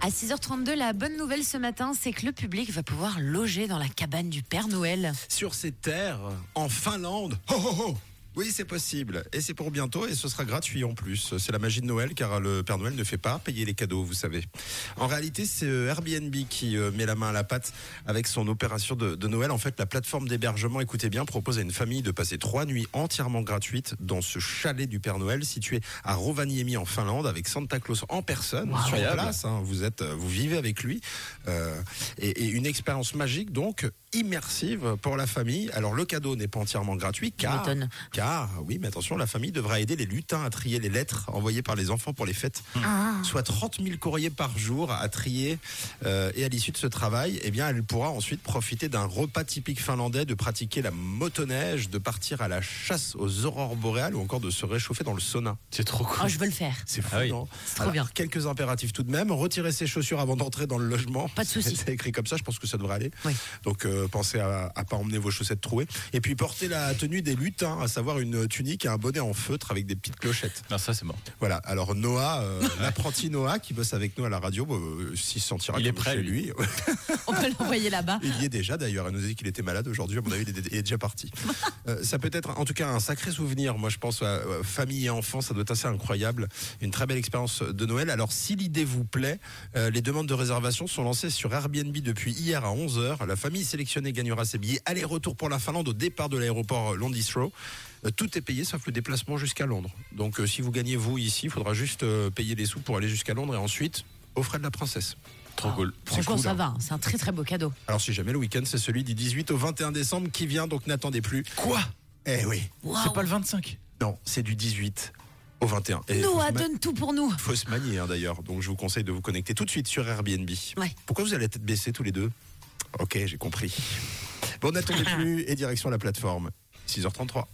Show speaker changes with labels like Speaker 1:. Speaker 1: À 6h32, la bonne nouvelle ce matin, c'est que le public va pouvoir loger dans la cabane du Père Noël.
Speaker 2: Sur ces terres, en Finlande. Oh, oh, oh. Oui, c'est possible. Et c'est pour bientôt et ce sera gratuit en plus. C'est la magie de Noël car le Père Noël ne fait pas payer les cadeaux, vous savez. En réalité, c'est euh, Airbnb qui euh, met la main à la pâte avec son opération de, de Noël. En fait, la plateforme d'hébergement, écoutez bien, propose à une famille de passer trois nuits entièrement gratuites dans ce chalet du Père Noël situé à Rovaniemi en Finlande avec Santa Claus en personne sur
Speaker 3: Incroyable.
Speaker 2: place. hein. Vous êtes, euh, vous vivez avec lui Euh, et, et une expérience magique donc immersive pour la famille. Alors le cadeau n'est pas entièrement gratuit car
Speaker 1: m'étonnes.
Speaker 2: car, oui, mais attention, la famille devra aider les lutins à trier les lettres envoyées par les enfants pour les fêtes.
Speaker 1: Ah.
Speaker 2: Soit 30 000 courriers par jour à trier. Euh, et à l'issue de ce travail, eh bien, elle pourra ensuite profiter d'un repas typique finlandais, de pratiquer la motoneige, de partir à la chasse aux aurores boréales ou encore de se réchauffer dans le sauna.
Speaker 3: C'est trop
Speaker 1: Oh,
Speaker 3: cool.
Speaker 1: je veux le faire.
Speaker 2: C'est fou,
Speaker 3: Ah oui.
Speaker 2: non
Speaker 1: C'est trop
Speaker 2: Alors,
Speaker 1: bien.
Speaker 2: Quelques impératifs tout de même. Retirer ses chaussures avant d'entrer dans le logement.
Speaker 1: Pas de souci.
Speaker 2: C'est écrit comme ça, je pense que ça devrait aller.
Speaker 1: Oui.
Speaker 2: Donc euh, pensez à, à pas emmener vos chaussettes trouées. Et puis portez la tenue des lutins, hein, à savoir une tunique et un bonnet en feutre avec des petites clochettes.
Speaker 3: Non, ça c'est bon.
Speaker 2: Voilà. Alors Noah, euh, l'apprenti Noah qui bosse avec nous à la radio, bon, euh, s'il se sentira
Speaker 3: Il est
Speaker 2: comme
Speaker 3: prêt,
Speaker 2: chez
Speaker 3: lui.
Speaker 1: On peut l'envoyer là-bas.
Speaker 2: il y est déjà d'ailleurs. Elle nous a dit qu'il était malade aujourd'hui. À mon avis, il est, il est déjà parti. Euh, ça peut être en tout cas un sacré souvenir. Moi, je pense à euh, famille et enfants. Ça doit être assez incroyable. Une très belle expérience de Noël. Alors, si l'idée vous plaît, euh, les demandes de réservation sont lancées sur Airbnb depuis hier à 11h. La famille sélectionnée gagnera ses billets aller-retour pour la Finlande au départ de l'aéroport Londisrow. Euh, Tout est payé sauf le déplacement jusqu'à Londres. Donc euh, si vous gagnez vous ici, il faudra juste euh, payer les sous pour aller jusqu'à Londres et ensuite aux frais de la princesse.
Speaker 3: Trop cool.
Speaker 1: Franchement,
Speaker 2: cool,
Speaker 1: ça
Speaker 2: hein.
Speaker 1: va. hein. C'est un très très beau cadeau.
Speaker 2: Alors si jamais le week-end, c'est celui du 18 au 21 décembre qui vient, donc n'attendez plus.
Speaker 3: Quoi
Speaker 2: Eh oui.
Speaker 1: Waouh.
Speaker 3: C'est pas le 25
Speaker 2: Non, c'est du 18 au 21. Et faut,
Speaker 1: Noah
Speaker 2: se ma-
Speaker 1: donne tout pour nous.
Speaker 2: faut se manier hein, d'ailleurs, donc je vous conseille de vous connecter tout de suite sur Airbnb.
Speaker 1: Ouais.
Speaker 2: Pourquoi vous allez la tête baissée tous les deux Ok, j'ai compris. Bon, n'attendez plus et direction la plateforme. 6h33.